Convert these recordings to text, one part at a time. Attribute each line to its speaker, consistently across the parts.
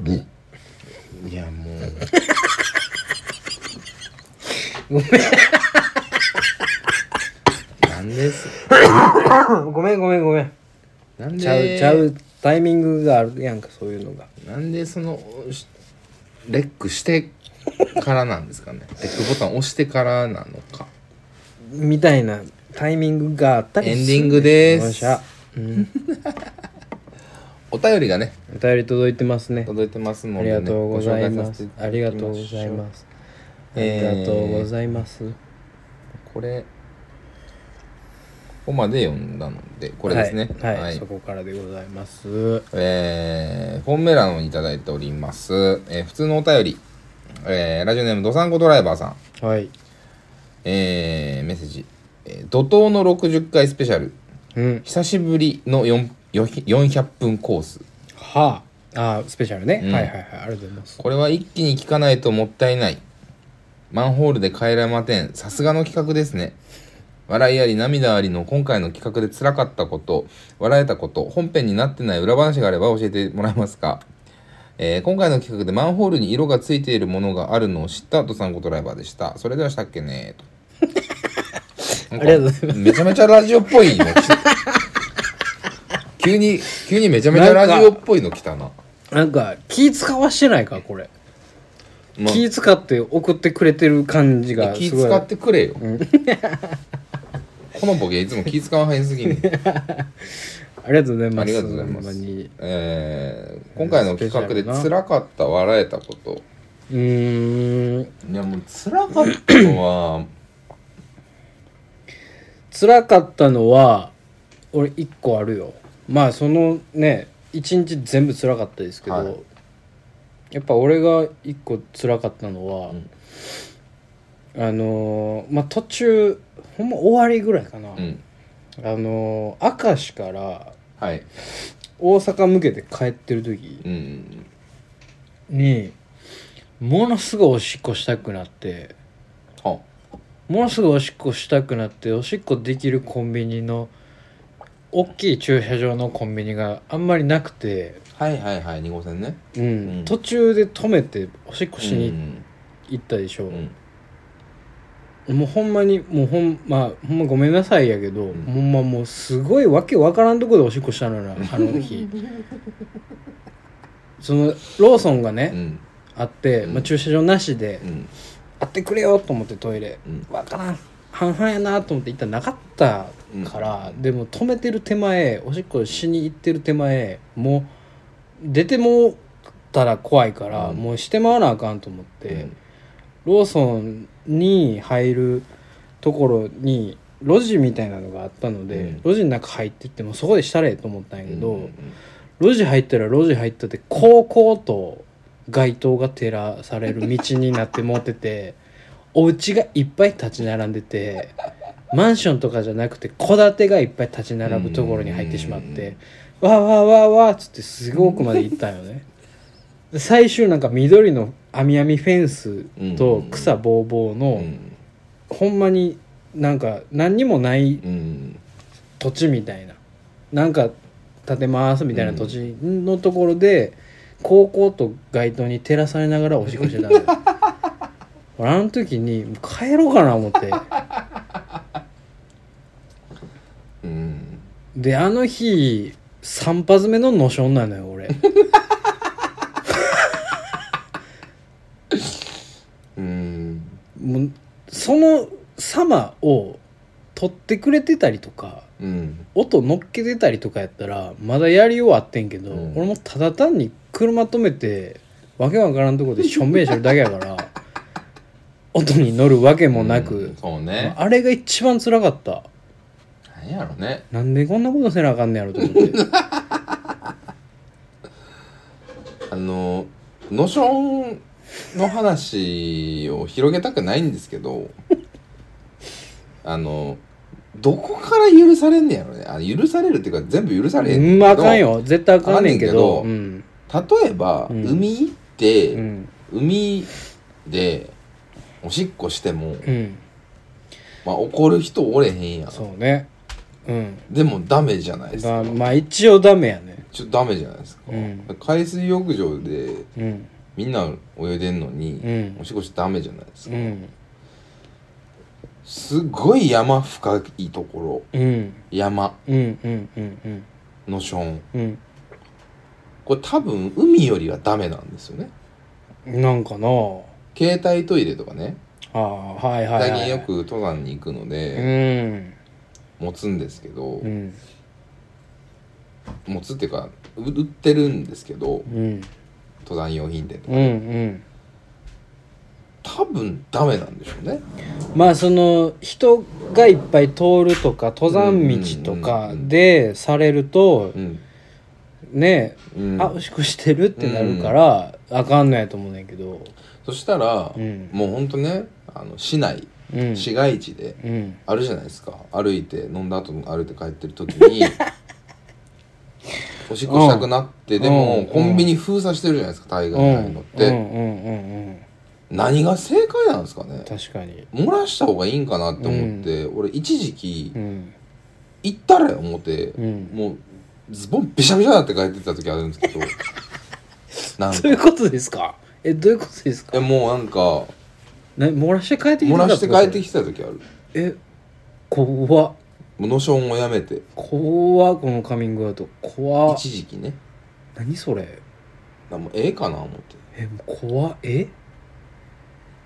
Speaker 1: B
Speaker 2: いやもうごめんなん です
Speaker 3: ごめんごめんごめん
Speaker 2: なんで
Speaker 3: ちゃうちゃうタイミングがあるやんかそういうのが
Speaker 2: なんでそのしレックしてからなんですかねレックボタン押してからなのか
Speaker 3: みたいなタイミングがあったり
Speaker 2: エ
Speaker 3: する
Speaker 2: ンディングで
Speaker 3: よっ
Speaker 2: す
Speaker 3: しゃ、うん、
Speaker 2: お便りがね
Speaker 3: お便り届いてますね
Speaker 2: 届いてますの
Speaker 3: あ
Speaker 2: で、
Speaker 3: り
Speaker 2: ね、
Speaker 3: がとうござい
Speaker 2: ご紹介
Speaker 3: ま
Speaker 2: させ
Speaker 3: す
Speaker 2: てた
Speaker 3: あ
Speaker 2: だ
Speaker 3: り
Speaker 2: き
Speaker 3: が
Speaker 2: しょ
Speaker 3: とうございますあり
Speaker 2: えー
Speaker 3: がとうございます
Speaker 2: これここまで読んだのでこれですね
Speaker 3: はい、はいそこからでございます
Speaker 2: えー、フォンメランをいただいております、えー普通のお便り、えーラジオネームどさんこドライバーさん、
Speaker 3: はい
Speaker 2: えーメッセージ、えー怒涛の60回スペシャル
Speaker 3: うん
Speaker 2: 久しぶりの4 400分コース
Speaker 3: はああースペシャルね、
Speaker 2: うん
Speaker 3: はいはいはいありがとうございます
Speaker 2: これは一気に聞かないともったいないマンホールで帰らまてんさすがの企画ですね笑いあり涙ありの今回の企画で辛かったこと笑えたこと本編になってない裏話があれば教えてもらえますか、えー今回の企画でマンホールに色がついているものがあるのを知ったドサンコドライバーでしたそれではしたっけねと
Speaker 3: ありがとうござい
Speaker 2: めちゃめちゃラジオっぽいの来 た急に急にめちゃめちゃラジオっぽいの来たな
Speaker 3: なんか気使わしてないかこれ、
Speaker 2: まあ
Speaker 3: 気使って送ってくれてる感じが
Speaker 2: 気
Speaker 3: すごい
Speaker 2: 使ってくれよ、このボケいつも気使わへんすぎんねん
Speaker 3: ありがとうござい
Speaker 2: あ
Speaker 3: ます
Speaker 2: りがとうございます
Speaker 3: ほんまに
Speaker 2: えー今回の企画で辛かった笑えたこと
Speaker 3: うーん
Speaker 2: いやもう辛かったのは
Speaker 3: 辛かったのは俺一個あるよまあそのね一日全部辛かったですけど、
Speaker 2: はい
Speaker 3: やっぱ俺が一個辛かったのは、
Speaker 2: うん
Speaker 3: あのーまあ途中ほんま終わりぐらいかな、
Speaker 2: うん
Speaker 3: あのー明石から
Speaker 2: はい
Speaker 3: 大阪向けて帰ってる時
Speaker 2: うん
Speaker 3: にものすごいおしっこしたくなって
Speaker 2: は
Speaker 3: ものすごいおしっこしたくなっておしっこできるコンビニの大きい駐車場のコンビニがあんまりなくて、
Speaker 2: はいはいはい2号線ね
Speaker 3: うん
Speaker 2: うん
Speaker 3: 途中で止めておしっこし
Speaker 2: う
Speaker 3: に
Speaker 2: ん
Speaker 3: 行ったでしょ、
Speaker 2: うん
Speaker 3: もうほんまにもうほん,、まあ、ほんまごめんなさいやけど、
Speaker 2: ん
Speaker 3: ほんまもうすごいわけわからんとこでおしっこしたのよなあの日そのローソンが
Speaker 2: う
Speaker 3: ね、
Speaker 2: ん
Speaker 3: あって、
Speaker 2: うん
Speaker 3: まあ、駐車場なしで、
Speaker 2: うん
Speaker 3: あってくれよと思ってトイレ
Speaker 2: うん
Speaker 3: わからん半々やなと思って行ったらなかったから、でも止めてる手前おしっこしに行ってる手前もう出てもったら怖いから、
Speaker 2: うん
Speaker 3: もうしてまわなあかんと思って、
Speaker 2: うん
Speaker 3: ローソンに入るところに路地みたいなのがあったので、
Speaker 2: う
Speaker 3: 路地の中入ってってもうそこでしたらええと思ったんやけど、
Speaker 2: うん
Speaker 3: 路地入ったら路地入ったって高校と街灯が照らされる道になってもうててお家がいっぱい立ち並んでてマンションとかじゃなくて戸建てがいっぱい立ち並ぶところに入ってしまっ
Speaker 2: うんうんうん
Speaker 3: てわーわーわーわーっつってすごい奥まで行ったんよねで最終なんか緑の網網フェンスと草ぼうぼうの、
Speaker 2: うん
Speaker 3: ほんまになんか何にもない
Speaker 2: うん
Speaker 3: 土地みたいななんか建てますみたいな土地のところで、高校と街灯に照らされながらおしっこしてたのよ俺あの時にもう帰ろうかな思って
Speaker 2: うん
Speaker 3: であの日3発目のノションなのよ俺
Speaker 2: うん
Speaker 3: もうその様を撮ってくれてたりとか
Speaker 2: うん
Speaker 3: 音乗っけてたりとかやったらまだやりようあってんけど、
Speaker 2: うん
Speaker 3: 俺もただ単に車止めてわけわからんとこで しょんべんしてるだけやから音に乗るわけもなく、
Speaker 2: うんそうね
Speaker 3: あれが一番辛かった
Speaker 2: なんやろね
Speaker 3: なんでこんなことせなあかんねやろと思って
Speaker 2: あのノションの話を広げたくないんですけどあのどこから許されんねやろねあ許されるっていうか全部許されへん
Speaker 3: う
Speaker 2: ねん
Speaker 3: ん
Speaker 2: けど
Speaker 3: あかんよ絶対あかんねんけど
Speaker 2: あか
Speaker 3: うんん
Speaker 2: 例えば、
Speaker 3: うん
Speaker 2: 海行って、
Speaker 3: うん
Speaker 2: 海でおしっこしても、
Speaker 3: うん
Speaker 2: まあ、怒る人おれへんやん
Speaker 3: そうねうん
Speaker 2: でもダメじゃないですか
Speaker 3: だまあ一応ダメやね
Speaker 2: ちょっとダメじゃないですか、
Speaker 3: うん
Speaker 2: 海水浴場で
Speaker 3: うん
Speaker 2: みんな泳いでんのに、
Speaker 3: うん
Speaker 2: おしっこしちゃダメじゃないですか、
Speaker 3: うん
Speaker 2: すごい山深いところ
Speaker 3: うん
Speaker 2: 山
Speaker 3: うんうんうんうん
Speaker 2: のション
Speaker 3: うん
Speaker 2: これ多分海よりはダメなんですよね
Speaker 3: なんかな
Speaker 2: 携帯トイレとかね
Speaker 3: ああはいはい、はい、
Speaker 2: 最近よく登山に行くの
Speaker 3: う
Speaker 2: で、
Speaker 3: ん
Speaker 2: 持つんですけど、
Speaker 3: うん
Speaker 2: 持つっていうかう売ってるんですけど
Speaker 3: うん
Speaker 2: 登山用品店とか
Speaker 3: うんうん
Speaker 2: 多分ダメなんでしょうね
Speaker 3: まあその人がいっぱい通るとか登山道とかでされると
Speaker 2: うん、
Speaker 3: ね
Speaker 2: うん、
Speaker 3: あおしっこしてるってなるからあかんのやと思うねんけど
Speaker 2: そしたら、
Speaker 3: うん
Speaker 2: もうほんとねあの市内
Speaker 3: うん
Speaker 2: 市街地で
Speaker 3: うん
Speaker 2: あるじゃないですか歩いて飲んだ後歩いて帰ってる時 におしっこしたくなって、で
Speaker 3: う
Speaker 2: も
Speaker 3: ん
Speaker 2: コンビニ封鎖してるじゃないですか大
Speaker 3: う
Speaker 2: 概ああ
Speaker 3: ん
Speaker 2: いうのっ
Speaker 3: うんう
Speaker 2: て、
Speaker 3: んうんうん
Speaker 2: 何が正解なんですかね
Speaker 3: 確かに
Speaker 2: 漏らした方がいいんかなって思って、俺一時期
Speaker 3: うん
Speaker 2: 行ったら思って、
Speaker 3: うん
Speaker 2: もうズボンびしゃびしゃだって帰ってた時あるんですけ どなんか
Speaker 3: そういうことですかえどういうことです
Speaker 2: え
Speaker 3: か
Speaker 2: もうなんか
Speaker 3: な漏らして帰ってきて
Speaker 2: 漏
Speaker 3: た
Speaker 2: ら
Speaker 3: っ
Speaker 2: してて
Speaker 3: こ
Speaker 2: 帰
Speaker 3: と
Speaker 2: ってきてた時ある
Speaker 3: え怖っ
Speaker 2: もうノションをやめて
Speaker 3: 怖っこのカミングアウト怖っ
Speaker 2: 一時期ね
Speaker 3: 何それ
Speaker 2: なんかもうええかな思って
Speaker 3: えもう怖っえ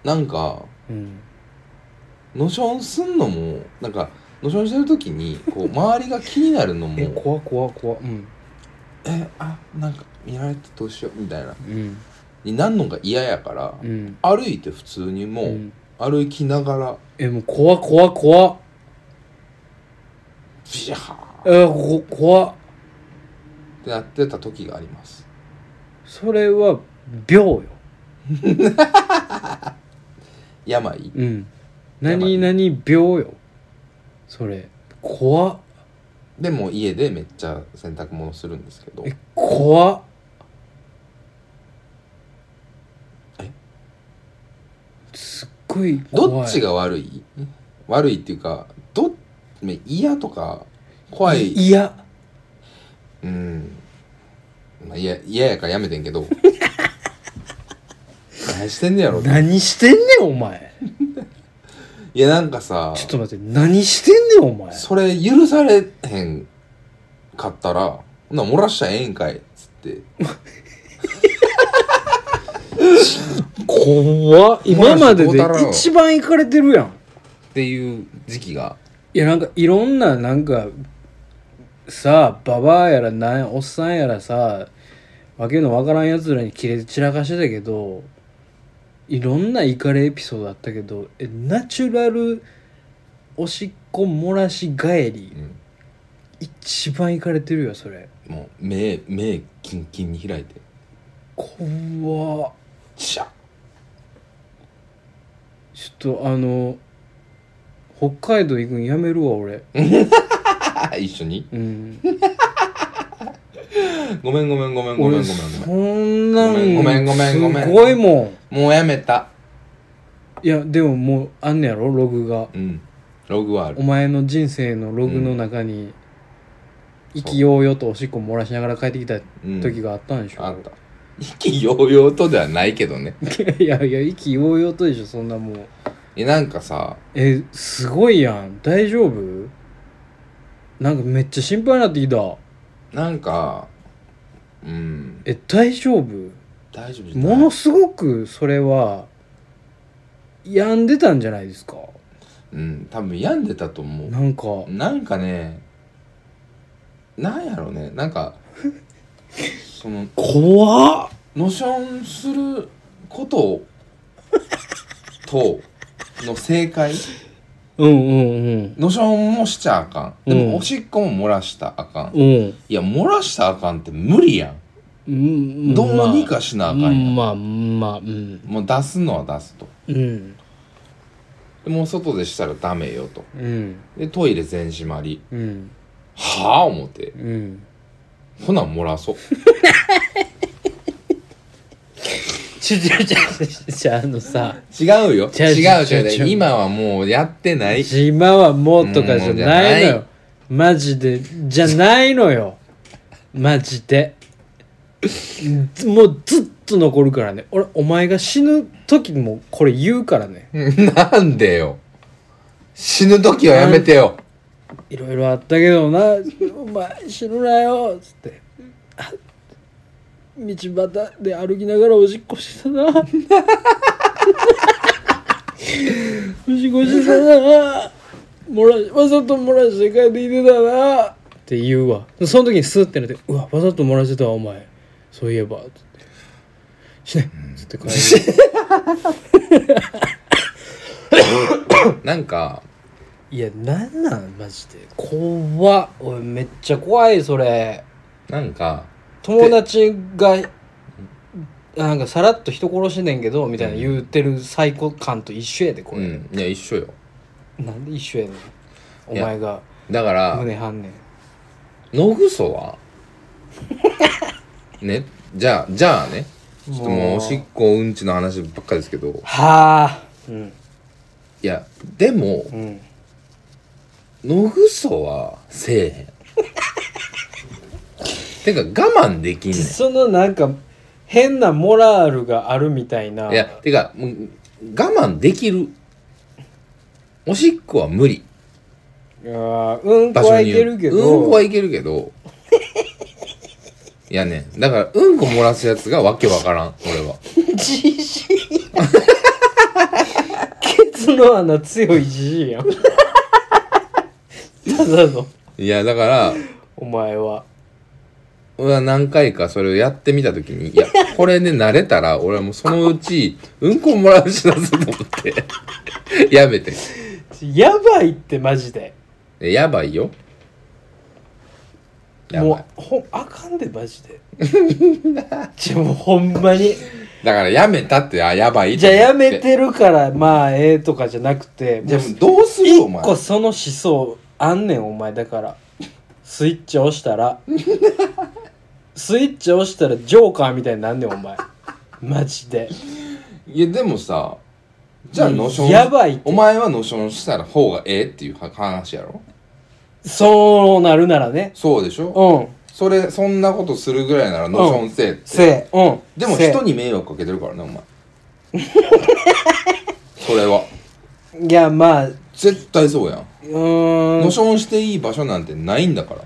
Speaker 2: なんか
Speaker 3: うん
Speaker 2: ノションすんのもなんかノションしてる時にこう周りが気になるの も
Speaker 3: え怖っ怖っ怖っうん
Speaker 2: えあなんか見られてどうしようみたいな
Speaker 3: うん
Speaker 2: になんのが嫌やから、
Speaker 3: うん
Speaker 2: 歩いて普通にも
Speaker 3: う
Speaker 2: うん歩きながら
Speaker 3: えもう怖っ怖っ怖っ
Speaker 2: ビシャーっ
Speaker 3: えこ怖って
Speaker 2: なってた時があります
Speaker 3: それは病よ
Speaker 2: 病
Speaker 3: うん
Speaker 2: やばい
Speaker 3: 何何病よそれ怖っ
Speaker 2: でも家でめっちゃ洗濯物するんですけど
Speaker 3: え怖っ
Speaker 2: え
Speaker 3: すっごい怖い
Speaker 2: どっちが悪い悪いっていうかどっね嫌とか怖い
Speaker 3: いや
Speaker 2: うんまあ嫌嫌やからやめてんけど 何してんねやろ
Speaker 3: 何してんねんお前
Speaker 2: いやなんかさ
Speaker 3: ちょっと待って何してんねんお前
Speaker 2: それ許されへんかったらほんなら漏らしたらええんかいっつって
Speaker 3: 怖っ今まで
Speaker 2: お前
Speaker 3: で
Speaker 2: らし
Speaker 3: 一番いかれてるやん
Speaker 2: っていう時期が
Speaker 3: いやなんかいろんななんかさあババアやらなんやおっさんやらさわけのわからんやつらにキレ散らかしてたけどいろんなイカレエピソードあったけどえナチュラルおしっこ漏らし帰り
Speaker 2: うん
Speaker 3: 一番イカれてるよそれ
Speaker 2: もう目目キンキンに開いて
Speaker 3: 怖っ
Speaker 2: シャッ
Speaker 3: ちょっとあの北海道行くんやめるわ俺
Speaker 2: あ一緒に
Speaker 3: うん
Speaker 2: ごめんごめんごめんごめんごめ
Speaker 3: 俺
Speaker 2: ん
Speaker 3: そ
Speaker 2: ごめん
Speaker 3: んなん
Speaker 2: ごめんごめんごめん
Speaker 3: すごいもん
Speaker 2: もうやめた
Speaker 3: いやでももうあんねやろログが
Speaker 2: うんログはある
Speaker 3: お前の人生のログの中に、意気揚々とおしっこ漏らしながら帰ってきた時があったんでしょ、
Speaker 2: あった意気揚々とではないけどね
Speaker 3: いやいや意気揚々とでしょそんなもう
Speaker 2: えなんかさ
Speaker 3: えすごいやん大丈夫なんかめっちゃ心配になってきた
Speaker 2: なんかうん
Speaker 3: え大丈夫
Speaker 2: 大丈夫じゃない
Speaker 3: ものすごくそれは病んでたんじゃないですか
Speaker 2: うん多分病んでたと思う
Speaker 3: なんか
Speaker 2: なんかねなんやろうねなん かその
Speaker 3: 怖っ
Speaker 2: ノションすることをとの正解
Speaker 3: うんうん
Speaker 2: ノションもしちゃあかんで
Speaker 3: うん
Speaker 2: もおしっこも漏らしたらあかん、
Speaker 3: うんうん
Speaker 2: いや漏らしたらあかんって無理やん
Speaker 3: うん
Speaker 2: どうにかしなあかんやん、
Speaker 3: まあまあうん
Speaker 2: もう出すのは出すと
Speaker 3: うん
Speaker 2: でもう外でしたらダメよと
Speaker 3: うん
Speaker 2: でトイレ全閉まり
Speaker 3: うん
Speaker 2: はあ思って
Speaker 3: うん
Speaker 2: ほな漏らそう
Speaker 3: ちょちょちょちょちょあのさ
Speaker 2: 違うよ
Speaker 3: 違う
Speaker 2: 違う違う
Speaker 3: 違う違う
Speaker 2: 今はもうやってない
Speaker 3: 今はもうとかじゃな
Speaker 2: う
Speaker 3: いの
Speaker 2: んじゃな
Speaker 3: よマジでじゃないのよマジでずもうずっと残るからね俺お前が死ぬ時もこれ言うからね
Speaker 2: なんでよ。死ぬ時はやめてよ。
Speaker 3: いろいろあったけどなお前死ぬなよつってあ道端で歩きながらおしっこしてたなおしっこしてたな漏らしわざと漏らして帰ってきてたなって言うわその時にスッてなって「うわわざと漏らしてたわお前そういえば」つって「しない」つって帰る
Speaker 2: なんか、
Speaker 3: いやなんなんマジで怖っおいめっちゃ怖いそれ
Speaker 2: なんか、
Speaker 3: 友達がなんかさらっと人殺してんねんけどみたいな言うてる最高感と一緒やでこ
Speaker 2: う
Speaker 3: れ、
Speaker 2: ん。いや、一緒よ。
Speaker 3: なんで一緒やねんお
Speaker 2: いや
Speaker 3: 前が
Speaker 2: だから、
Speaker 3: 胸張んねん
Speaker 2: 野ぐそはね、じゃあ、じゃあね。ちょっともうおしっこうんちの話ばっかですけど。
Speaker 3: はあうん
Speaker 2: いや、でも、
Speaker 3: うん
Speaker 2: のぐそはせえへん。てか我慢できんね。
Speaker 3: そのなんか変なモラルがあるみたいなん
Speaker 2: いや、てか、もう我慢できる。おしっこは無理。
Speaker 3: あーうんこ
Speaker 2: 場所
Speaker 3: は
Speaker 2: に
Speaker 3: いけ
Speaker 2: よ
Speaker 3: るけど
Speaker 2: うんこはいけるけど。 いやね、だからうんこ漏らすやつがわけわからん、俺は。
Speaker 3: じじいやケツの穴強いじじいやんただの
Speaker 2: いや、だから、
Speaker 3: お前は
Speaker 2: 俺は何回かそれをやってみたときに、いや、これで慣れたら、俺はもうそのうち、うんこ漏らしだすと思って、 やめて。
Speaker 3: やばいってマジで
Speaker 2: えやばいよ。やばい
Speaker 3: もうほんあかんでマジで じゃもうほんまに
Speaker 2: だからやめたって、あ、やばい
Speaker 3: じゃあやめ
Speaker 2: って
Speaker 3: てるからまあええとかじゃなくて
Speaker 2: 思
Speaker 3: も
Speaker 2: っ
Speaker 3: う
Speaker 2: て。じゃあどうするお
Speaker 3: 一
Speaker 2: 前。
Speaker 3: 個その思想あんねんお前だからスイッチ押したら スイッチ押したらジョーカーみたいになんねんお前マジで
Speaker 2: いや、でもさ、じゃあノション。
Speaker 3: やばいって
Speaker 2: お前はノションしたら方がええっていうは話やろ
Speaker 3: そうなるならね
Speaker 2: そうでしょ
Speaker 3: うん
Speaker 2: それ、そんなことするぐらいならノションせえって。
Speaker 3: せえうん
Speaker 2: でも
Speaker 3: せえ
Speaker 2: 人に迷惑かけてるからね、お前。それは。
Speaker 3: いやまあう
Speaker 2: 絶対そうやん。
Speaker 3: ー
Speaker 2: ノ
Speaker 3: ん
Speaker 2: ションしていい場所なんてないんだから。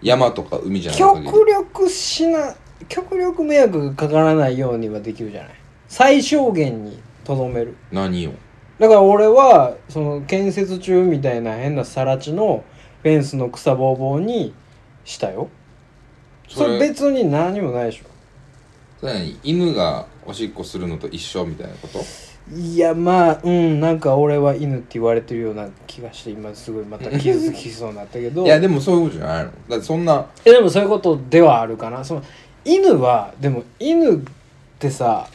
Speaker 2: 山とか海じゃない限り。
Speaker 3: 極力しな極力迷惑がかからないようにはできるじゃない最小限にとどめる
Speaker 2: 何よ。
Speaker 3: だから俺はその建設中みたいな変な更地のフェンスの草ぼうぼうにしたよそれ別に何もないでしょ
Speaker 2: それ何犬がおしっこするのと一緒みたいなこと
Speaker 3: いやまあうんなんか俺は犬って言われてるような気がして今すごいまた気づきそうになったけ ど
Speaker 2: いやでもそういうことじゃないのだってそんない
Speaker 3: やでもそういうことではあるかなその犬はでも犬ってさ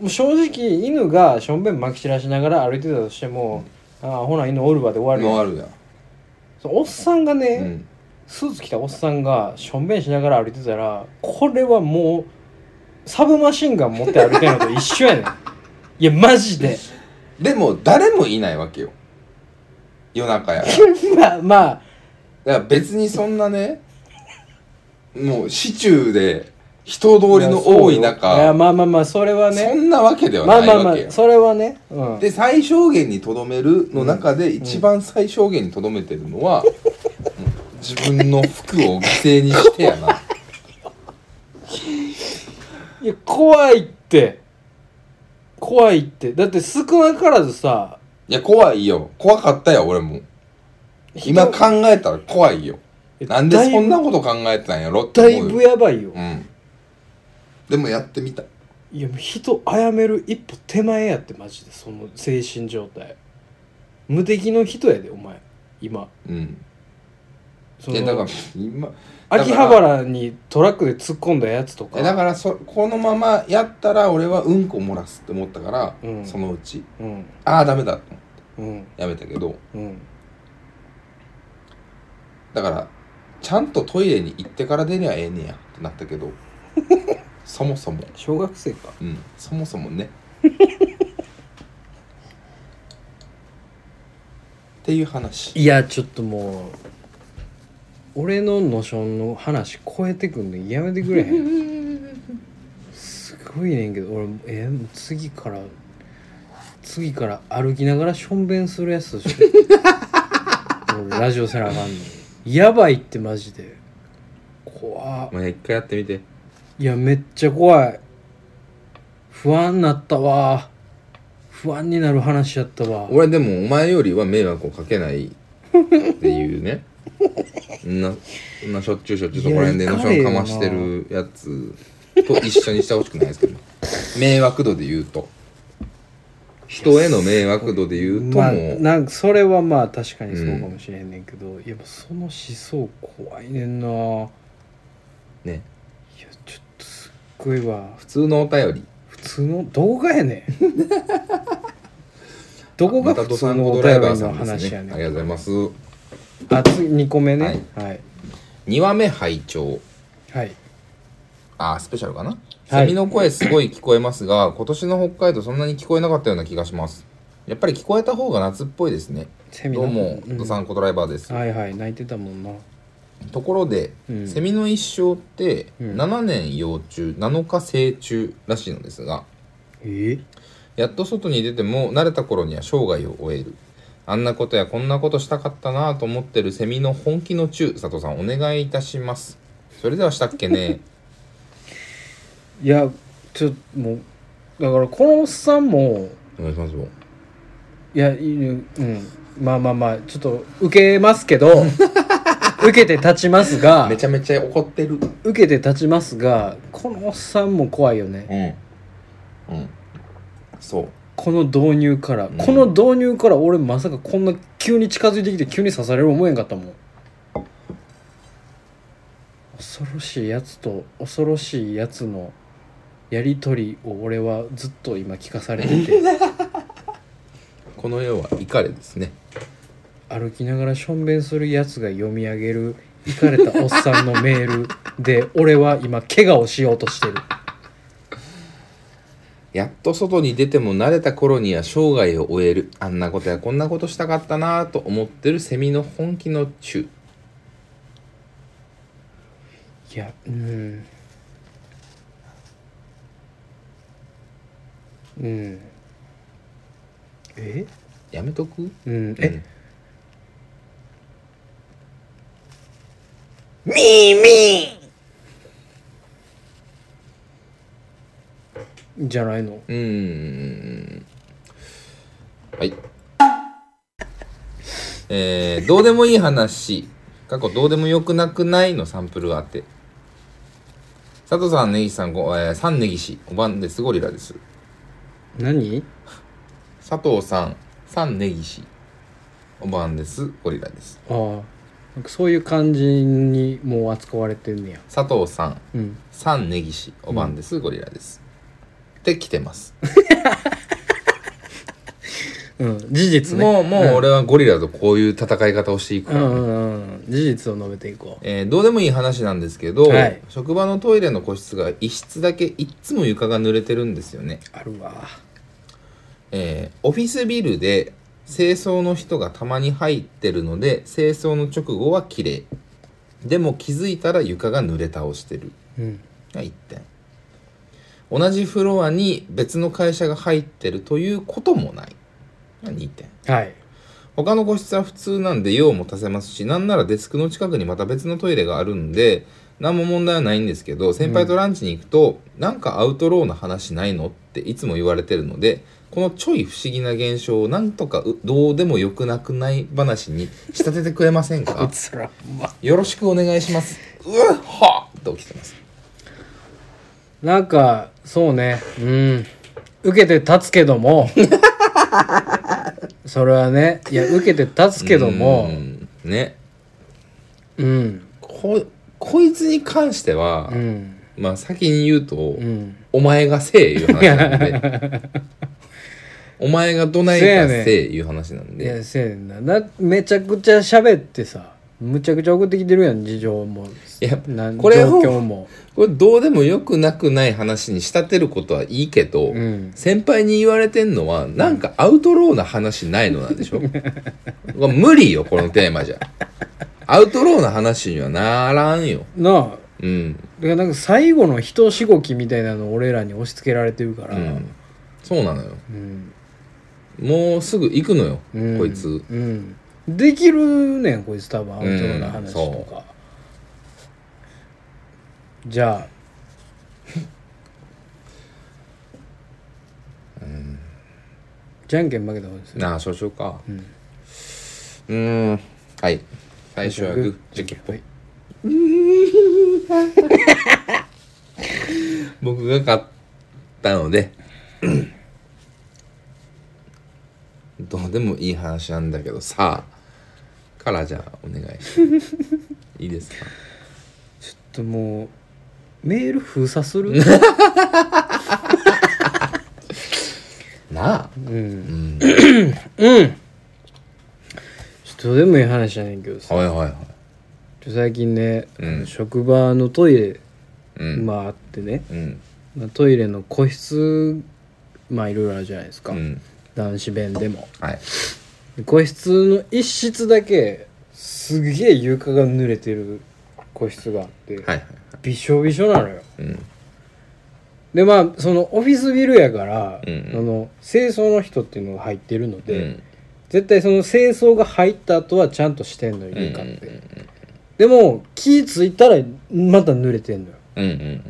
Speaker 3: もう正直犬がしょんべんまき散らしながら歩いてたとしても、ああほな犬おるわで終わる
Speaker 2: の
Speaker 3: よ
Speaker 2: あるやん、
Speaker 3: そのおっさんがね、
Speaker 2: うん、
Speaker 3: スーツ着たおっさんがしょんべんしながら歩いてたらこれはもうサブマシンガン持って歩いてるのと一緒 やねんいやマジで
Speaker 2: でも誰もいないわけよ夜中 やから
Speaker 3: まあまあ
Speaker 2: だから別にそんなねもう市中で人通りの多い
Speaker 3: やそうよや
Speaker 2: 中
Speaker 3: まあまあまあそれは
Speaker 2: そ
Speaker 3: ね
Speaker 2: んなわけではな
Speaker 3: まあ
Speaker 2: い
Speaker 3: まあま
Speaker 2: わけよ
Speaker 3: あそれはね、うん、
Speaker 2: で最小限にとどめるの中で一番最小限にとどめてるの は、うん自分の服を犠牲にしてや ない
Speaker 3: や怖いって怖いってだって少なからずさ
Speaker 2: いや怖いよ怖かったよ俺も今考えたら怖いよなんでそんなこと考えてたんやろって
Speaker 3: だ
Speaker 2: 思う
Speaker 3: い
Speaker 2: よ
Speaker 3: ぶやばいよ、
Speaker 2: うんでもやってみた
Speaker 3: いやもう人殺める一歩手前やってマジでその精神状態無敵の人やでお前今
Speaker 2: うん
Speaker 3: そ
Speaker 2: い
Speaker 3: の
Speaker 2: やだから今ら
Speaker 3: 秋葉原にトラックで突っ込んだやつとか
Speaker 2: えだからそこのままやったら俺はうんこ漏らすって思ったから、
Speaker 3: うん
Speaker 2: そのうち
Speaker 3: うん
Speaker 2: ああダメだと思って
Speaker 3: うん
Speaker 2: やめたけど
Speaker 3: うん
Speaker 2: だからちゃんとトイレに行ってから出りゃええねやってなったけ どそもそも
Speaker 3: 小学生か
Speaker 2: うんそもそも ねっていう話
Speaker 3: いやちょっともう俺のノションの話超えてくんのやめてくれへんすごいねんけど俺えもう次から次から歩きながらしょんべんするやつとして俺ラジオせなあかんのやばいってマジで怖っ
Speaker 2: まあ一回やってみて
Speaker 3: いやめっちゃ怖い不安になったわ不安になる話やったわ
Speaker 2: 俺でもお前よりは迷惑をかけないっていう ねななしょっちゅうしょっちゅうそこら辺でのしょんかましてるやつと一緒にしてほしくないですけど迷惑度で言うと人への迷惑度で言うとも
Speaker 3: まあ
Speaker 2: う、
Speaker 3: なんかそれはまあ確かにそうかもしれへんねんけど、やっぱその思想怖いねんないや
Speaker 2: ね
Speaker 3: ちょっとすっごいわ
Speaker 2: 普通のお便り
Speaker 3: 普通の動画やねん どこが普通のお
Speaker 2: ドライ
Speaker 3: 便
Speaker 2: バー
Speaker 3: り
Speaker 2: さ
Speaker 3: の
Speaker 2: んです
Speaker 3: 話
Speaker 2: ね
Speaker 3: やねん
Speaker 2: ありがとうございます
Speaker 3: あ次2個目ねは
Speaker 2: はいい
Speaker 3: はい、
Speaker 2: 2話目拝聴あースペシャルかな、
Speaker 3: はい
Speaker 2: セミの声すごい聞こえますが今年の北海道そんなに聞こえなかったような気がしますやっぱり聞こえた方が夏っぽいですね
Speaker 3: セミ
Speaker 2: ど
Speaker 3: の
Speaker 2: うも
Speaker 3: うん
Speaker 2: ドサンコドライバーです、
Speaker 3: はいはい泣いてたもんな
Speaker 2: ところで、
Speaker 3: うん
Speaker 2: セミの一生って
Speaker 3: うん
Speaker 2: 7年幼虫7日成虫らしいのですが
Speaker 3: え
Speaker 2: やっと外に出ても慣れた頃には生涯を終えるあんなことやこんなことしたかったなぁと思ってるセミの本気の中佐藤さんお願いいたしますそれではしたっけね
Speaker 3: いやちょっともうだからこのおっさんも
Speaker 2: お願いしますよ
Speaker 3: いやいいうんまあまあまあちょっと受けますけど 受けて立ちますが
Speaker 2: めちゃめちゃ怒ってる
Speaker 3: 受けて立ちますがこのおっさんも怖いよね
Speaker 2: うんうんそう
Speaker 3: この導入から、
Speaker 2: ん
Speaker 3: この導入から俺まさかこんな急に近づいてきて急に刺される思えんかったもん恐ろしいやつと恐ろしいやつのやり取りを俺はずっと今聞かされてて
Speaker 2: この世は怒れですね
Speaker 3: 歩きながらしょんべんするやつが読み上げるイかれたおっさんのメールで俺は今怪我をしようとしてる
Speaker 2: やっと外に出ても慣れた頃には生涯を終えるあんなことやこんなことしたかったなぁと思ってるセミの本気の中
Speaker 3: いやうんうんえ
Speaker 2: やめとく
Speaker 3: うん
Speaker 2: え
Speaker 3: え、みーみーじゃないの
Speaker 2: うーんはいえー、どうでもいい話過去どうでもよくなくないのサンプル当て佐藤さん根岸さんご、えー、三根岸おばんですゴリラです
Speaker 3: 何
Speaker 2: 佐藤さん三根岸おばんですゴリラです
Speaker 3: ああなんかそういう感じにもう扱われてんねや
Speaker 2: 佐藤さん
Speaker 3: うん
Speaker 2: 三根岸おばんです、ゴリラですって来てます、
Speaker 3: うん事実ね
Speaker 2: もうもう俺はゴリラとこういう戦い方をしていく
Speaker 3: う
Speaker 2: から、
Speaker 3: んうんうん事実を述べていこう
Speaker 2: えーどうでもいい話なんですけど、
Speaker 3: はい
Speaker 2: 職場のトイレの個室が一室だけいっつも床が濡れてるんですよね、
Speaker 3: あるわ
Speaker 2: えーオフィスビルで清掃の人がたまに入ってるので清掃の直後は綺麗でも気づいたら床が濡れ倒してる
Speaker 3: うん
Speaker 2: が1点同じフロアに別の会社が入ってるということもないが2点
Speaker 3: はい
Speaker 2: 他の個室は普通なんで用を持たせますしなんならデスクの近くにまた別のトイレがあるんで何も問題はないんですけど先輩とランチに行くと、なんかアウトローな話ないのっていつも言われてるのでこのちょい不思議な現象をなんとかうどうでもよくなくない話に仕立ててくれません
Speaker 3: こい
Speaker 2: か
Speaker 3: つら うま
Speaker 2: よろしくお願いしますうわっはっと起きてます
Speaker 3: なんかそうねうん受けて立つけどもそれはねいや受けて立つけども
Speaker 2: うんね
Speaker 3: うん
Speaker 2: ここいつに関しては、
Speaker 3: うん
Speaker 2: まあ先に言うと、
Speaker 3: うん
Speaker 2: お前がせえいう話なんで お前がどないかせえいう話なん
Speaker 3: い
Speaker 2: で、
Speaker 3: やせやねんななめちゃくちゃ喋ってさむちゃくちゃ送ってきてるやん事情も
Speaker 2: いや
Speaker 3: なん
Speaker 2: これを
Speaker 3: 状況も
Speaker 2: これどうでもよくなくない話に仕立てることはいいけど、
Speaker 3: うん
Speaker 2: 先輩に言われてんのはなんかアウトローな話ないのなんでしょこれ無理よこのテーマじゃアウトローな話にはならんよ。
Speaker 3: なあ
Speaker 2: うん。
Speaker 3: だからなんか最後の人しごきみたいなのを俺らに押し付けられてるから
Speaker 2: うん。そうなのよ。
Speaker 3: うん
Speaker 2: もうすぐ行くのよ、
Speaker 3: うん
Speaker 2: こいつ。
Speaker 3: うんできるねんこいつ多分アウトローな話
Speaker 2: うん
Speaker 3: とか、じ ゃあじゃんけん負けた方ですよ
Speaker 2: なあ、所長か。
Speaker 3: ん
Speaker 2: うーん。はい。最初はグー、じゃんけんぽい。僕が勝ったの で、どうでもいい話なんだけどさ、からじゃあ お願い。いいですか
Speaker 3: ちょっともうメール封鎖す る
Speaker 2: なあ。
Speaker 3: うん
Speaker 2: うん。
Speaker 3: ちょっとどうでもいい話じゃねんけどさ
Speaker 2: はいはいはい。
Speaker 3: ちょ最近ね、
Speaker 2: うん
Speaker 3: 職場のトイレ、
Speaker 2: うん。
Speaker 3: まああってね、
Speaker 2: うん。
Speaker 3: まあ、トイレの個室まあいろいろあるじゃないです
Speaker 2: う
Speaker 3: か、
Speaker 2: ん。
Speaker 3: 男子弁でも
Speaker 2: はい。
Speaker 3: 個室の一室だけすげえ床が濡れてる個室があって、
Speaker 2: はいはい。
Speaker 3: びしょびしょなのよ
Speaker 2: うん。
Speaker 3: でまあそのオフィスビルやから、
Speaker 2: うんうん
Speaker 3: あの清掃の人っていうのが入ってるので、
Speaker 2: うん
Speaker 3: 絶対その清掃が入った後はちゃんとしてんのよ
Speaker 2: うん
Speaker 3: 床って、でも気ついたらまた濡れてんのよ
Speaker 2: うんうん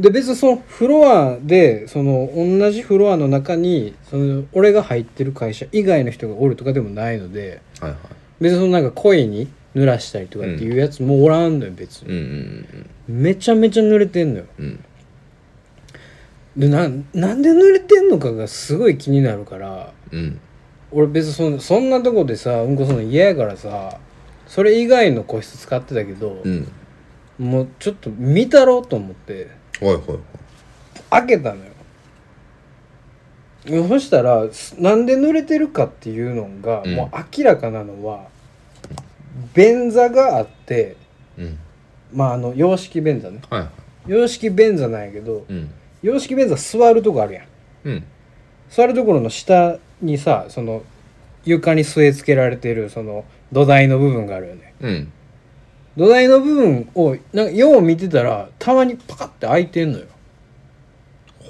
Speaker 3: で別にそのフロアでその同じフロアの中にその俺が入ってる会社以外の人がおるとかでもないので
Speaker 2: はいはい
Speaker 3: 別にそのなんか声に濡らしたりとかっていうやつもおらんのよ別
Speaker 2: う
Speaker 3: に、
Speaker 2: んうん
Speaker 3: めちゃめちゃ濡れてんのよ
Speaker 2: うんうん
Speaker 3: でなんなんで濡れてんのかがすごい気になるから
Speaker 2: うん
Speaker 3: 俺別にそんそんなとこでさうんこするの嫌やからさそれ以外の個室使ってたけど、
Speaker 2: うん
Speaker 3: もうちょっと見たろうと思って
Speaker 2: はいはいはい
Speaker 3: 開けたのよそしたらすなんで濡れてるかっていうのが、
Speaker 2: うん
Speaker 3: もう明らかなのは便座があって
Speaker 2: うん
Speaker 3: まああの洋式便座ね
Speaker 2: はいはい
Speaker 3: 洋式便座なんやけど
Speaker 2: うん
Speaker 3: 洋式便座座るとこあるやん
Speaker 2: うん
Speaker 3: 座るところの下にさその床に据え付けられてるその土台の部分があるよね
Speaker 2: うん
Speaker 3: 土台の部分をなんかよう見てたらたまにパカッて開いてんのよ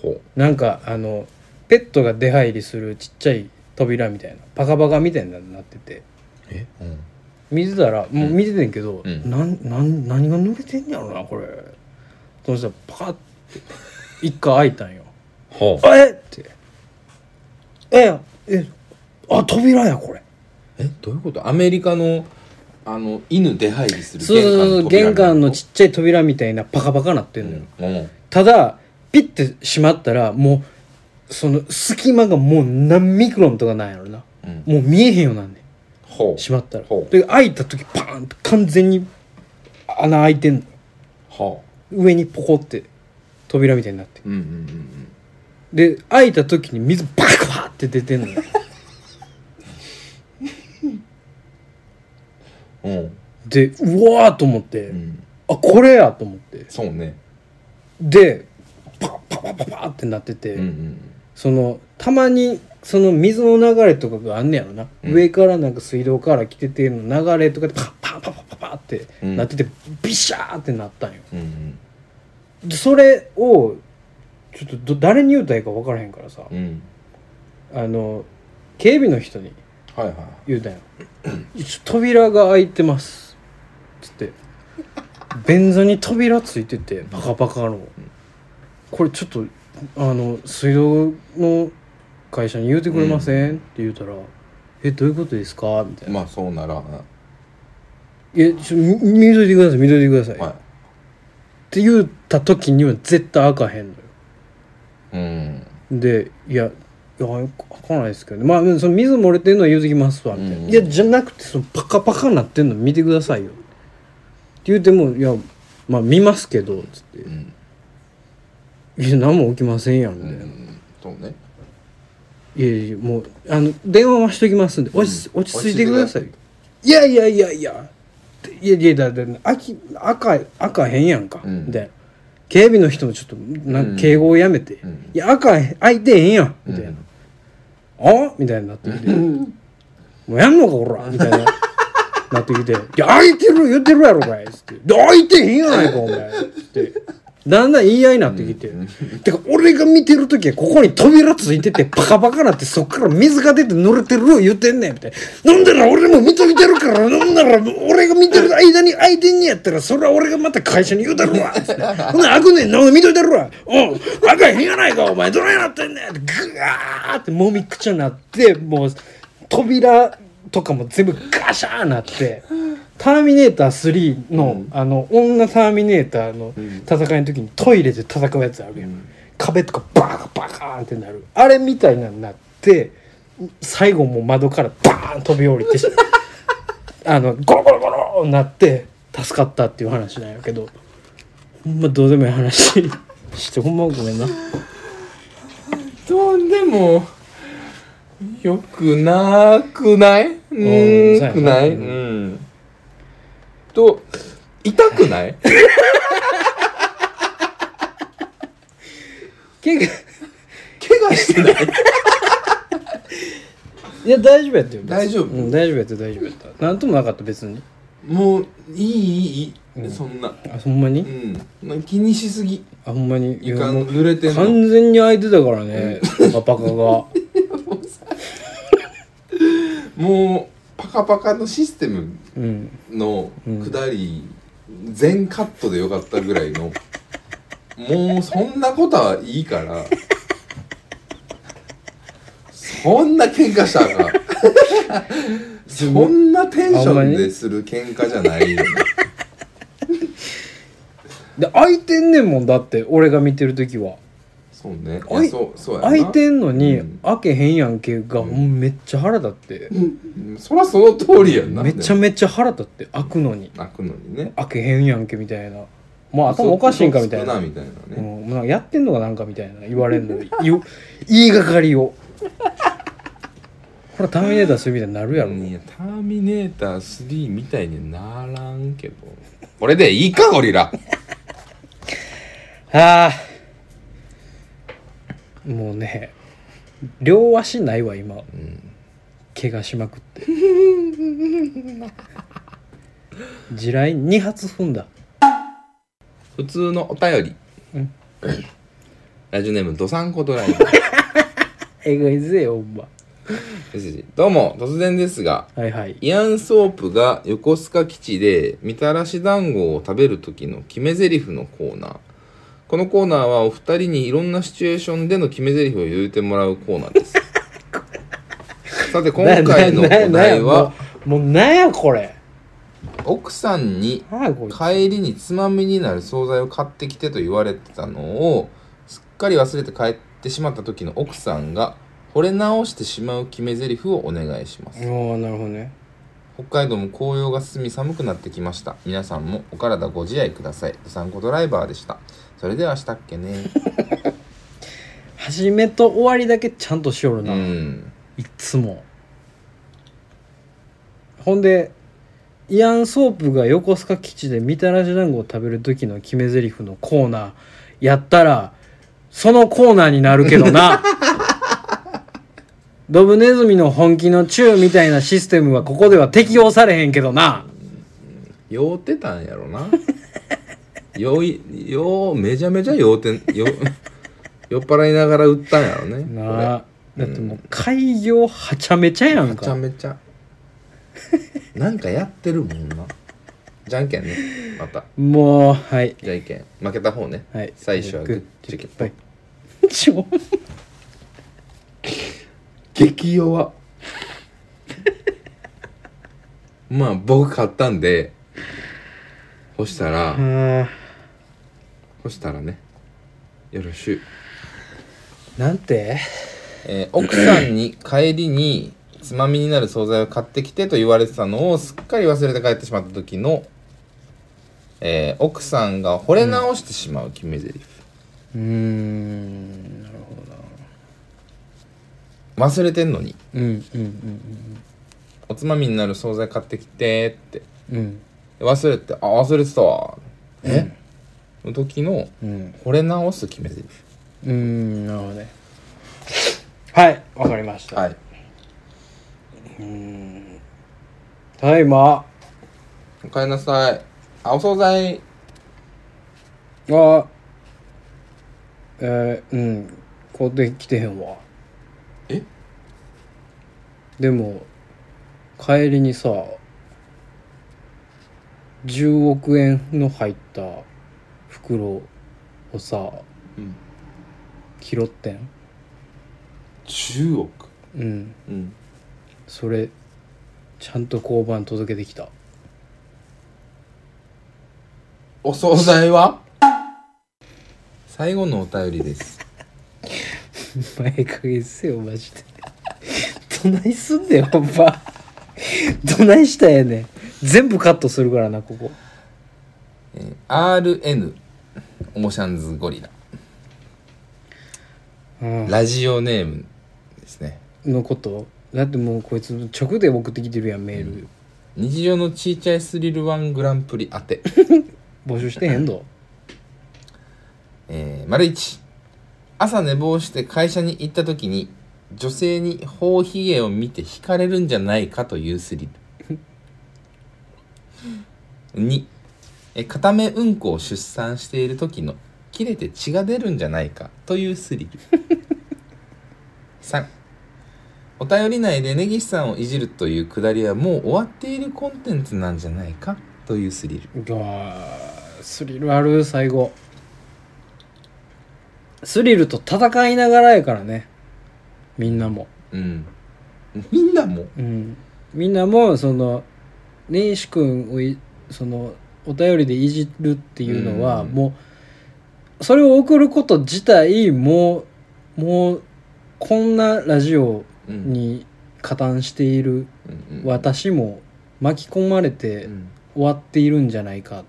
Speaker 2: ほ
Speaker 3: なんかあのペットが出入りするちっちゃい扉みたいなパカパカみたいなのになってて
Speaker 2: えうん
Speaker 3: 見てたらもう見ててんけど、
Speaker 2: うん
Speaker 3: なんなん何が濡れてんやろなこれそしたらパカッて一回開いたんよ
Speaker 2: ほ
Speaker 3: 「えっ!」て「ええあ扉やこれ」
Speaker 2: えどういうことアメリカのあの犬出入りする
Speaker 3: そうそうそう玄関のち
Speaker 2: っ
Speaker 3: っちゃい扉みたいなパカパカなって
Speaker 2: ち
Speaker 3: んのよ、
Speaker 2: うん
Speaker 3: ただピッて閉まったらもうその隙間がもう何ミクロンとかなんやろな
Speaker 2: うん
Speaker 3: もう見えへんようなんねん
Speaker 2: ほう
Speaker 3: 閉まったら
Speaker 2: ほう
Speaker 3: で開いた時パーンって完全に穴開いてんの
Speaker 2: ほ
Speaker 3: 上にポコって扉みたいになって
Speaker 2: ううんうんうん
Speaker 3: で開いた時に水バカバーって出てん のよ
Speaker 2: うんうん
Speaker 3: でうわーと思って、
Speaker 2: うん
Speaker 3: あこれやと思って
Speaker 2: そうね
Speaker 3: でパッパッパッパッパッってなってて、
Speaker 2: うんうん
Speaker 3: そのたまにその水の流れとかがあんねやろな、
Speaker 2: うん
Speaker 3: 上からなんか水道から来てての流れとかでパッパッパッパッパッパッって
Speaker 2: うん
Speaker 3: なってて、ビシャーってなったんよ
Speaker 2: うんうん
Speaker 3: でそれをちょっとど誰に言うたらいいか分からへんからさ、
Speaker 2: うん
Speaker 3: あの警備の人に
Speaker 2: はいは
Speaker 3: 言うたんよ 「扉が開いてます」つって便座に扉ついててバカバカのこれちょっとあの水道の会社に言うてくれません、って言うたら「えどういうことですか?」みた
Speaker 2: い
Speaker 3: いな「
Speaker 2: まあそうならんはい
Speaker 3: やちょ見見といてください見といてください」って言った時には絶対開かへんのよ
Speaker 2: いうん
Speaker 3: で「いやいや開かないですけどねまあその水漏れてんのは言うてきますわ」みたいな「
Speaker 2: うん
Speaker 3: いやじゃなくてそのパカパカなってんの見てくださいよ」って言うても「いやまあ見ますけど」つって
Speaker 2: うん
Speaker 3: 「いや何も起きませんやん」み
Speaker 2: う
Speaker 3: たいな「
Speaker 2: んそうね
Speaker 3: いやいやもうあの電話はしときますんで落ち,、
Speaker 2: うん
Speaker 3: 落ち着いてください」いやいやいやいや」っていやいやだだあき赤い赤へんやんか」
Speaker 2: うん
Speaker 3: みたいな警備の人もちょっとな
Speaker 2: うん
Speaker 3: んか敬語をやめて「
Speaker 2: うん
Speaker 3: いや赤へん開いてへんやん」みたいな。
Speaker 2: うん
Speaker 3: あみたいになってきて「もうやんのかこら」みたいななってきて「いや開いてる言ってるやろお前」つって「で開いてへんやないかお前」つってだんだん言い合いになってきて、てか俺が見てる時はここに扉ついててパカパカなってそっから水が出て濡れてる言ってんねんみたいななんなら俺も見といてるからなんなら俺が見てる間に開いてんねやったらそれは俺がまた会社に言うだろうわつってほんなら開くねんなんで見といてるわおう開かへんやないかお前どないなってんねんってグワーってもみくちゃなってもう扉とかも全部ガシャーなって「ターミネーター3の」あの女ターミネーターの戦いの時にトイレで戦うやつあるやん、壁とかバーンバカーンってなるあれみたいなのになって最後もう窓からバーン飛び降りてあのゴロゴロゴロなって助かったっていう話なんやけどほんまどうでもいい話してほんまごめんな
Speaker 2: とんでもよくなくないうん
Speaker 3: そうやな
Speaker 2: くないうんと痛くない
Speaker 3: 結構
Speaker 2: 怪我してない
Speaker 3: いや大丈夫やったよ別に
Speaker 2: 大丈夫
Speaker 3: うん、大丈夫やった大丈夫やったなんともなかった別に
Speaker 2: もういいいいいいそんな
Speaker 3: あほんまに、
Speaker 2: うん気にしすぎ
Speaker 3: あほんまにい
Speaker 2: い
Speaker 3: や
Speaker 2: かん
Speaker 3: もう
Speaker 2: 濡れてんの
Speaker 3: 完全に開いてたからねパパカが
Speaker 2: もうパカパカのシステム
Speaker 3: うん
Speaker 2: の
Speaker 3: うん
Speaker 2: 下り、全カットでよかったぐらいのもうそんなことはいいからそんな喧嘩したらあかんそんなテンションでする喧嘩じゃないよね
Speaker 3: で開いてんねんもんだって俺が見てる時は
Speaker 2: そうねい
Speaker 3: あい
Speaker 2: やそうそうやな
Speaker 3: 開いてんのに、
Speaker 2: うん
Speaker 3: 開けへんやんけが、もうめっちゃ腹立って、
Speaker 2: うんそらその通りやんな
Speaker 3: めちゃ
Speaker 2: でも
Speaker 3: めちゃ腹立って開くのに
Speaker 2: 泣くのにね
Speaker 3: 開けへんやんけみたいなもう頭おかしいんかみたい
Speaker 2: 嘘
Speaker 3: な
Speaker 2: つくみたいな
Speaker 3: うん
Speaker 2: ね、
Speaker 3: もうなんかやってんのかなんかみたいな言われんのに言言いがか りをほらターミネーターするみたいになるやろ、
Speaker 2: いやターミネーター3みたいにならんけどこれでいいかゴリラ
Speaker 3: ああもうね両足ないわ今、怪我しまくって地雷2発踏んだ
Speaker 2: 普通のお便り、
Speaker 3: うん
Speaker 2: ラジオネームどさんことライブ メ
Speaker 3: えぐいぜよほんま
Speaker 2: ッセージどうも突然ですが
Speaker 3: はいはい
Speaker 2: イアン・ソープが横須賀基地でみたらし団子を食べる時の決め台詞のコーナーこのコーナーはお二人にいろんなシチュエーションでの決め台詞を言うてもらうコーナー ですさて今回のお
Speaker 3: ななな
Speaker 2: 題は
Speaker 3: もうもうなんやこれ
Speaker 2: 奥さんに
Speaker 3: なんやこいつ
Speaker 2: 帰りにつまみになる惣菜を買ってきてと言われてたのをすっかり忘れて帰ってしまった時の奥さんが惚れ直してしまう決め台詞をお願いします
Speaker 3: おーなるほどね
Speaker 2: 北海道も紅葉が進み寒くなってきました皆さんもお体ご自愛くださいドサンコドライバーでしたそれではしたっけね
Speaker 3: 始めと終わりだけちゃんとしよる
Speaker 2: う
Speaker 3: な、
Speaker 2: ん
Speaker 3: いっつもほんでイアン・ソープが横須賀基地でみたらし団子を食べる時の決め台詞のコーナーやったらそのコーナーになるけどな ドブネズミの本気のチューみたいなシステムはここでは適用されへんけどな
Speaker 2: 酔うてたんやろな 酔い酔うめちゃめちゃ酔うてん酔う酔っ払いながら売ったんやろねこれ
Speaker 3: なあだってもう開業はちゃめちゃやん
Speaker 2: めちゃ
Speaker 3: か
Speaker 2: めちゃなんかやってるもんなじゃんけんねまた
Speaker 3: もうはい
Speaker 2: じゃんけん負けた方ね、
Speaker 3: はい
Speaker 2: 最初はグッチョキ
Speaker 3: パイ ちょ
Speaker 2: 激弱まあ僕買ったんで干したら
Speaker 3: あー
Speaker 2: 干したらねよろしゅう、
Speaker 3: なんて
Speaker 2: えー奥さんに帰りにつまみになる惣菜を買ってきてと言われてたのをすっかり忘れて帰ってしまった時の、えー奥さんが惚れ直してしまう決め台詞、
Speaker 3: うーんなるほどな
Speaker 2: 忘れてんのに
Speaker 3: うんうん
Speaker 2: おつまみになる惣菜買ってきてって
Speaker 3: うんうん
Speaker 2: 忘れてあ忘れてたわえ、の時の
Speaker 3: うん
Speaker 2: 惚れ直す決め台詞
Speaker 3: うーんなるほどねはいわかりました
Speaker 2: い
Speaker 3: ただいま
Speaker 2: おかえりなさいあお惣菜
Speaker 3: あえー、うんこうで来てへんわ
Speaker 2: え
Speaker 3: でも帰りにさ10億円の入った袋をさ
Speaker 2: うん
Speaker 3: 拾ってん
Speaker 2: 10億
Speaker 3: うん
Speaker 2: うん
Speaker 3: それちゃんと交番届けてきた
Speaker 2: お惣菜は最後のお便りです
Speaker 3: 前かげせよマジでどないすんねんほんまどないしたんやねん全部カットするからなここ
Speaker 2: RN オーシャンズゴリラ
Speaker 3: うん
Speaker 2: ラジオネームですね
Speaker 3: のことだってもうこいつ直で送ってきてるやんメール、
Speaker 2: 日常のちいちゃいスリルワングランプリ当て、
Speaker 3: 募集してへんぞ
Speaker 2: えー、丸一朝寝坊して会社に行った時に女性に頬ひげを見て惹かれるんじゃないかというスリル2えー片目うんこを出産している時の切れて血が出るんじゃないかというスリル3お便り内で根岸さんをいじるというくだりはもう終わっているコンテンツなんじゃないかというスリル
Speaker 3: うわースリルある最後スリルと戦いながらやからねみんなも
Speaker 2: うんみんなも
Speaker 3: うんみんなもその根岸君をいそのお便りでいじるっていうのは、
Speaker 2: うん
Speaker 3: もうそれを送ること自体もうもうこんなラジオ
Speaker 2: うん
Speaker 3: に加担している私も巻き込まれて
Speaker 2: うん
Speaker 3: 終わっているんじゃないかっ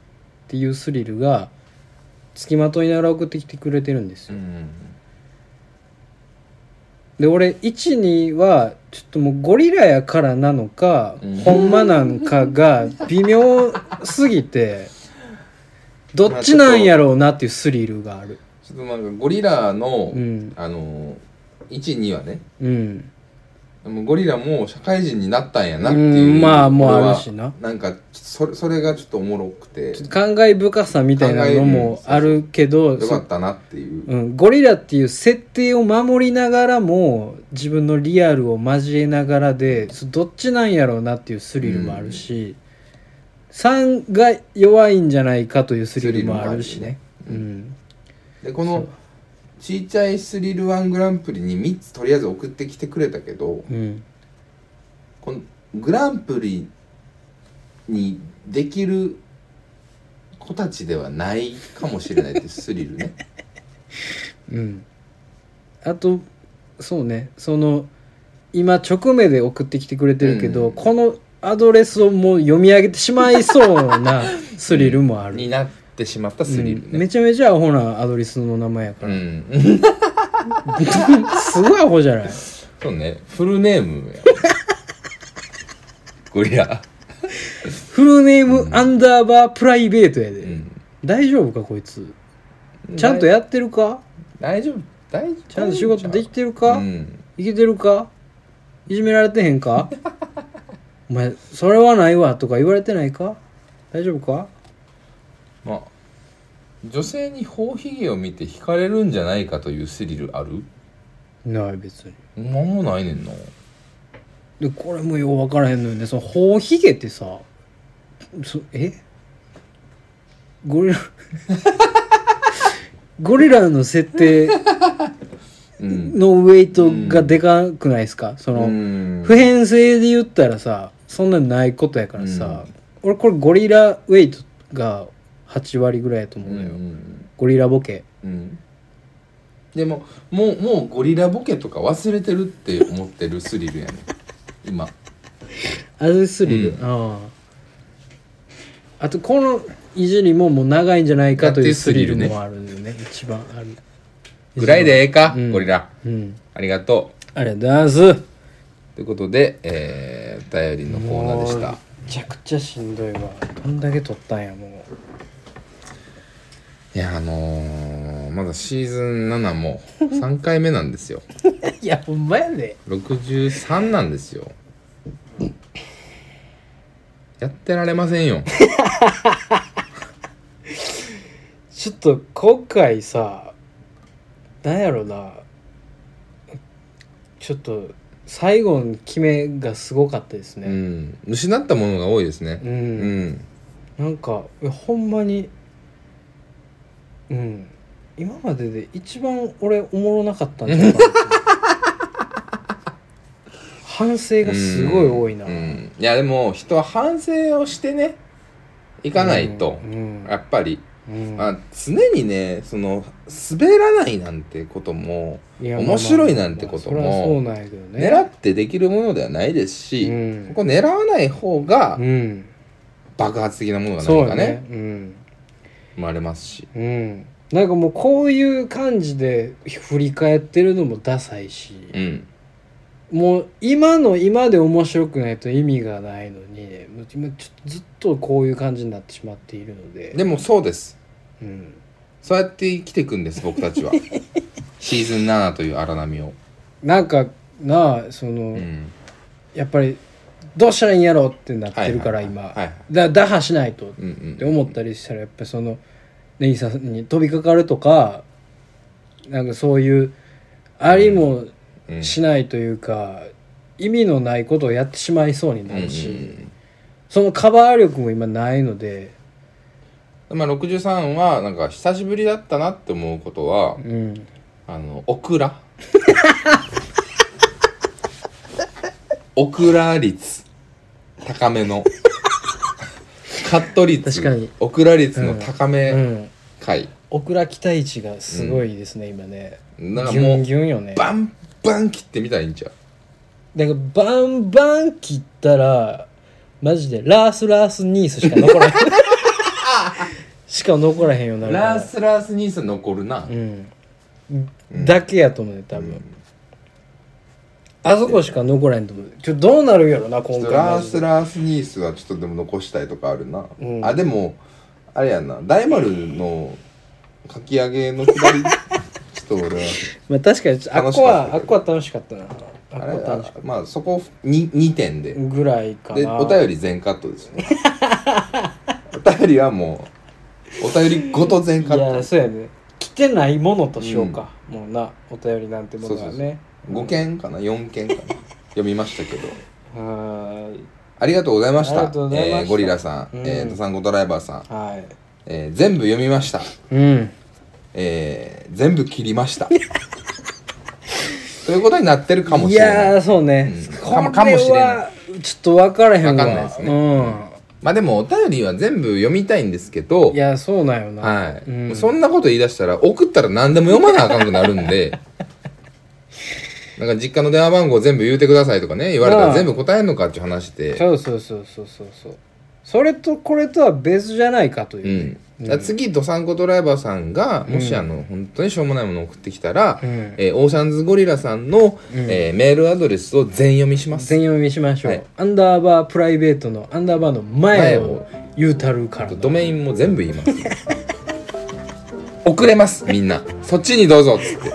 Speaker 3: ていうスリルが付きまといながら送ってきてくれてるんです
Speaker 2: う
Speaker 3: よ。
Speaker 2: ん
Speaker 3: で俺12はちょっともうゴリラやからなのか、
Speaker 2: うん
Speaker 3: ほんまなんかが微妙すぎてどっちなんやろうなっていうスリルがある。
Speaker 2: ちょっとなんかゴリラの、
Speaker 3: うん
Speaker 2: あの12はね
Speaker 3: うん
Speaker 2: もうゴリラも社会人になったんやなって
Speaker 3: う
Speaker 2: いうん
Speaker 3: まあもう
Speaker 2: 俺は
Speaker 3: あるしな
Speaker 2: なんかちょっとそれそれがちょっとおもろくて
Speaker 3: ちょっと感慨深さみたいなのもあるけど
Speaker 2: よかったなっていう、
Speaker 3: うん、ゴリラっていう設定を守りながらも自分のリアルを交えながらでそどっちなんやろうなっていうスリルもあるし、3が弱いんじゃないかというスリルもあるしね
Speaker 2: スリル
Speaker 3: うん
Speaker 2: でこ
Speaker 3: そ
Speaker 2: の
Speaker 3: う
Speaker 2: 「ちいちゃいスリルワングランプリ」に3つとりあえず送ってきてくれたけど
Speaker 3: うん
Speaker 2: このグランプリにできる子たちではないかもしれないっていうスリルね
Speaker 3: うんあとそうねその今直目で送ってきてくれてるけど、
Speaker 2: うん
Speaker 3: このアドレスをもう読み上げてしまいそう なスリルもある、
Speaker 2: になってしまったスリルね、
Speaker 3: うんめちゃめちゃアホなアドレスの名前やから、
Speaker 2: うん、
Speaker 3: すごいアホじゃない
Speaker 2: そうねフルネーム やゴリラ、
Speaker 3: フルネームアンダーバープライベートやで、
Speaker 2: うん、
Speaker 3: 大丈夫かこいつちゃんとやってるか
Speaker 2: 大丈夫大丈夫
Speaker 3: ちゃんと仕事できてるか、
Speaker 2: うん、
Speaker 3: いけてるかいじめられてへんかお前それはないわとか言われてないか大丈夫か
Speaker 2: まあ女性に頬ひげを見て惹かれるんじゃないかというスリルある
Speaker 3: ない別に
Speaker 2: なんもないねんな
Speaker 3: でこれもよう分からへんのよねその頬ひげってさそえゴリラゴリラの設定
Speaker 2: うん
Speaker 3: のウェイトがでかくないですか、その、
Speaker 2: うん
Speaker 3: 普遍性で言ったらさそんなんないことやからさ、
Speaker 2: うん
Speaker 3: 俺これゴリラウェイトが8割ぐらいやと思
Speaker 2: う
Speaker 3: うのよ、
Speaker 2: ん
Speaker 3: ゴリラボケ
Speaker 2: うんでももうもうゴリラボケとか忘れてるって思ってるスリルやねん今
Speaker 3: あれスリル、
Speaker 2: うん
Speaker 3: あああとこのいじりももう長いんじゃないかというスリルもあるんだよね一番ある
Speaker 2: ぐらいでええか、
Speaker 3: うん
Speaker 2: ゴリラ
Speaker 3: うん
Speaker 2: ありがとう
Speaker 3: あれダンス
Speaker 2: ということで、えー、お便りのコーナーでした
Speaker 3: もうめちゃくちゃしんどいわどんだけ撮ったんやも
Speaker 2: いやあのー、まだシーズン7も3回目なんですよ
Speaker 3: う いやほんまやで
Speaker 2: 63なんですよやってられませんよ
Speaker 3: ちょっと今回さなんやろなちょっと最後の決めがすごかったです
Speaker 2: う
Speaker 3: ね
Speaker 2: ん失ったものが多いです
Speaker 3: うん
Speaker 2: ね、うん
Speaker 3: なんかえほんまにうん今までで一番俺おもろなかったんじゃないかな 反省がすごい多いな、
Speaker 2: うんいやでも人は反省をしてねいかないと、
Speaker 3: うん
Speaker 2: やっぱり、
Speaker 3: うん
Speaker 2: あ常にねその滑らないなんてことも
Speaker 3: いや
Speaker 2: 面白いなんてことも
Speaker 3: まあまあそれはそうなんやけどね
Speaker 2: 狙ってできるものではないですし、
Speaker 3: うん
Speaker 2: ここ狙わない方が
Speaker 3: うん
Speaker 2: 爆発的なものが
Speaker 3: そ
Speaker 2: 何
Speaker 3: う
Speaker 2: か
Speaker 3: や
Speaker 2: ね
Speaker 3: ねうん
Speaker 2: 生まれますし
Speaker 3: うんなんかもうこういう感じで振り返ってるのもダサいし、
Speaker 2: うん
Speaker 3: もう今の今で面白くないと意味がないのにもう今ちょっとずっとこういう感じになってしまっているので
Speaker 2: でもそうです
Speaker 3: うん、
Speaker 2: そうやって生きていくんです僕た ちはシーズン7という荒波を、
Speaker 3: なんかなあその、
Speaker 2: うん、
Speaker 3: やっぱりどうしたらいいんやろってなってるから
Speaker 2: はいはい
Speaker 3: 今、
Speaker 2: はいはい
Speaker 3: だ打破しないとっ
Speaker 2: うんうん
Speaker 3: て思ったりしたらやっぱりそのネギさんに飛びかかるとかなんかそういうありも、
Speaker 2: うん
Speaker 3: しないというか、意味のないことをやってしまいそうになるし、そのカバー力も今ないので、
Speaker 2: まあ、63はなんか久しぶりだったなって思うことは、
Speaker 3: うん、
Speaker 2: あのオクラオクラ率高めのカット率
Speaker 3: 確かに
Speaker 2: オクラ率の高
Speaker 3: う
Speaker 2: め
Speaker 3: ん、
Speaker 2: 回、
Speaker 3: オクラ期待値がすごいですね、今ね
Speaker 2: なんか
Speaker 3: ギ
Speaker 2: も
Speaker 3: ュン
Speaker 2: う
Speaker 3: ギュンよね
Speaker 2: バンバン切ってみたらいいんちゃう
Speaker 3: だからバンバン切ったらマジでラースラースニースしか残 らへんしか残らへんようになるから
Speaker 2: ラースラース兄さん残るな、
Speaker 3: うん、だけやと思うね多分、あそこしか残らへんと思うちょどうなるんやろな今回
Speaker 2: ラ
Speaker 3: マ
Speaker 2: ー
Speaker 3: ジ
Speaker 2: ス
Speaker 3: で
Speaker 2: ラースニースはちょっとでも残したいとかあるな、
Speaker 3: うん
Speaker 2: あでもあれやんな大丸のかき揚げのくだ りちょっと俺は
Speaker 3: まあ確かにあっこはあ
Speaker 2: 楽
Speaker 3: っ
Speaker 2: し
Speaker 3: こは楽しかったなあっこ
Speaker 2: あ
Speaker 3: は
Speaker 2: れ
Speaker 3: 楽しか
Speaker 2: あ
Speaker 3: っ
Speaker 2: まあそこ 2, 2点で
Speaker 3: たぐらいか
Speaker 2: で
Speaker 3: な
Speaker 2: お便り全カット ですねお便りはもうお便りごと全カ
Speaker 3: いや
Speaker 2: ッ
Speaker 3: そうやね来てないものとしようか、もうなお便りなんてものはね
Speaker 2: ト5件かな4件かな読みましたけど
Speaker 3: はーい
Speaker 2: ありがとうございました
Speaker 3: ありがとうございました
Speaker 2: えーゴリラさん、
Speaker 3: うん
Speaker 2: えー、ドサンゴドライバーさん、
Speaker 3: はい
Speaker 2: えー全部読みました
Speaker 3: うん
Speaker 2: えー全部切りましたということになってるかも
Speaker 3: い
Speaker 2: しれない
Speaker 3: やーそうね、
Speaker 2: うん
Speaker 3: これは
Speaker 2: かもかもしれな
Speaker 3: ちょっと分からへんわ
Speaker 2: わかんないですね
Speaker 3: う
Speaker 2: まあでもお便りは全部読みたいんですけど
Speaker 3: んいやそうなんよな、
Speaker 2: はい、
Speaker 3: うん
Speaker 2: そんなこと言い出したら送ったら何でも読まなあかんくなるん でなんか実家の電話番号全部言うてくださいとかね言われた
Speaker 3: な
Speaker 2: ら
Speaker 3: あ
Speaker 2: 全部答えんのかっていう話で、
Speaker 3: そうそうそうそうそうそうそれとこれとは別じゃないかと
Speaker 2: う
Speaker 3: い
Speaker 2: ん
Speaker 3: う、、
Speaker 2: だから次ドサンコドライバーさんがもしあの、本当にしょうもないものを送ってきたら、
Speaker 3: うん
Speaker 2: えーオーシャンズゴリラさんの、えーメールアドレスを全読みします
Speaker 3: 全読みしましょう、
Speaker 2: はい
Speaker 3: アンダーバープライベートのアンダーバーの前
Speaker 2: 前
Speaker 3: を
Speaker 2: を
Speaker 3: 言うたるから
Speaker 2: ドメインも全部言います遅れますみんなそっちにどうぞっつって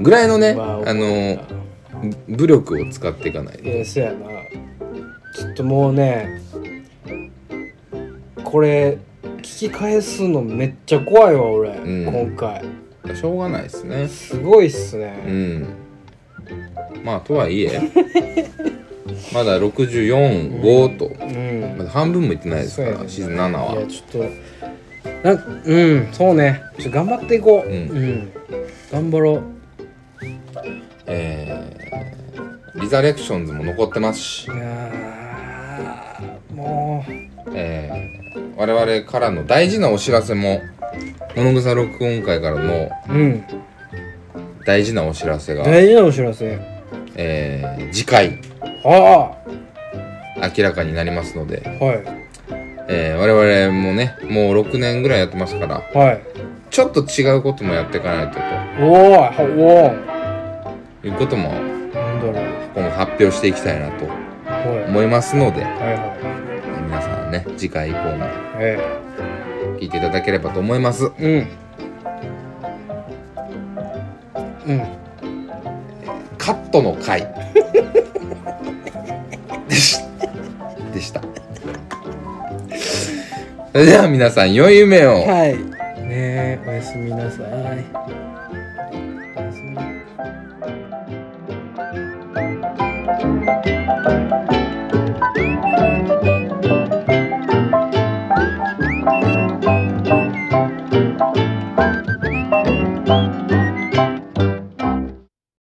Speaker 2: ぐらいのね、
Speaker 3: まあ
Speaker 2: あの武力を使っていかない
Speaker 3: えそうやなちょっともうねこれ聞き返すのめっちゃ怖いわ俺、
Speaker 2: ん
Speaker 3: 今回
Speaker 2: としょうがないですね
Speaker 3: すごいっす
Speaker 2: う
Speaker 3: ね、
Speaker 2: んまあとはいえ まだ645と
Speaker 3: うん
Speaker 2: まだ半分もいってないです
Speaker 3: そ
Speaker 2: か
Speaker 3: うやねん
Speaker 2: らシーズン7
Speaker 3: いや
Speaker 2: は
Speaker 3: ちょっとなんかうんそうねちょっと頑張っていこう、
Speaker 2: うん
Speaker 3: うん頑張ろう
Speaker 2: えーリザレクションズも残ってますし、
Speaker 3: いやーも
Speaker 2: えー我々からの大事なお知らせも物草録音会からの
Speaker 3: う、うん、
Speaker 2: 大事なお知らせが、
Speaker 3: 大事なお知らせ
Speaker 2: えー次回
Speaker 3: は
Speaker 2: 明らかになりますので、
Speaker 3: あはい
Speaker 2: えー我々もねもう6年ぐらいやってますから
Speaker 3: はい
Speaker 2: ちょっと違うこともやっていかないと
Speaker 3: おーおー
Speaker 2: ということも
Speaker 3: なんだろ
Speaker 2: 今後発表していきたいなと
Speaker 3: うはい
Speaker 2: 思いますので
Speaker 3: はいはい
Speaker 2: 皆さんね次回以降も
Speaker 3: え
Speaker 2: 聞いていただければと思います
Speaker 3: えうんうん
Speaker 2: カットの回でしたそれでは皆さん良い夢を
Speaker 3: はいねえおやすみなさいおやすみなさい
Speaker 1: 「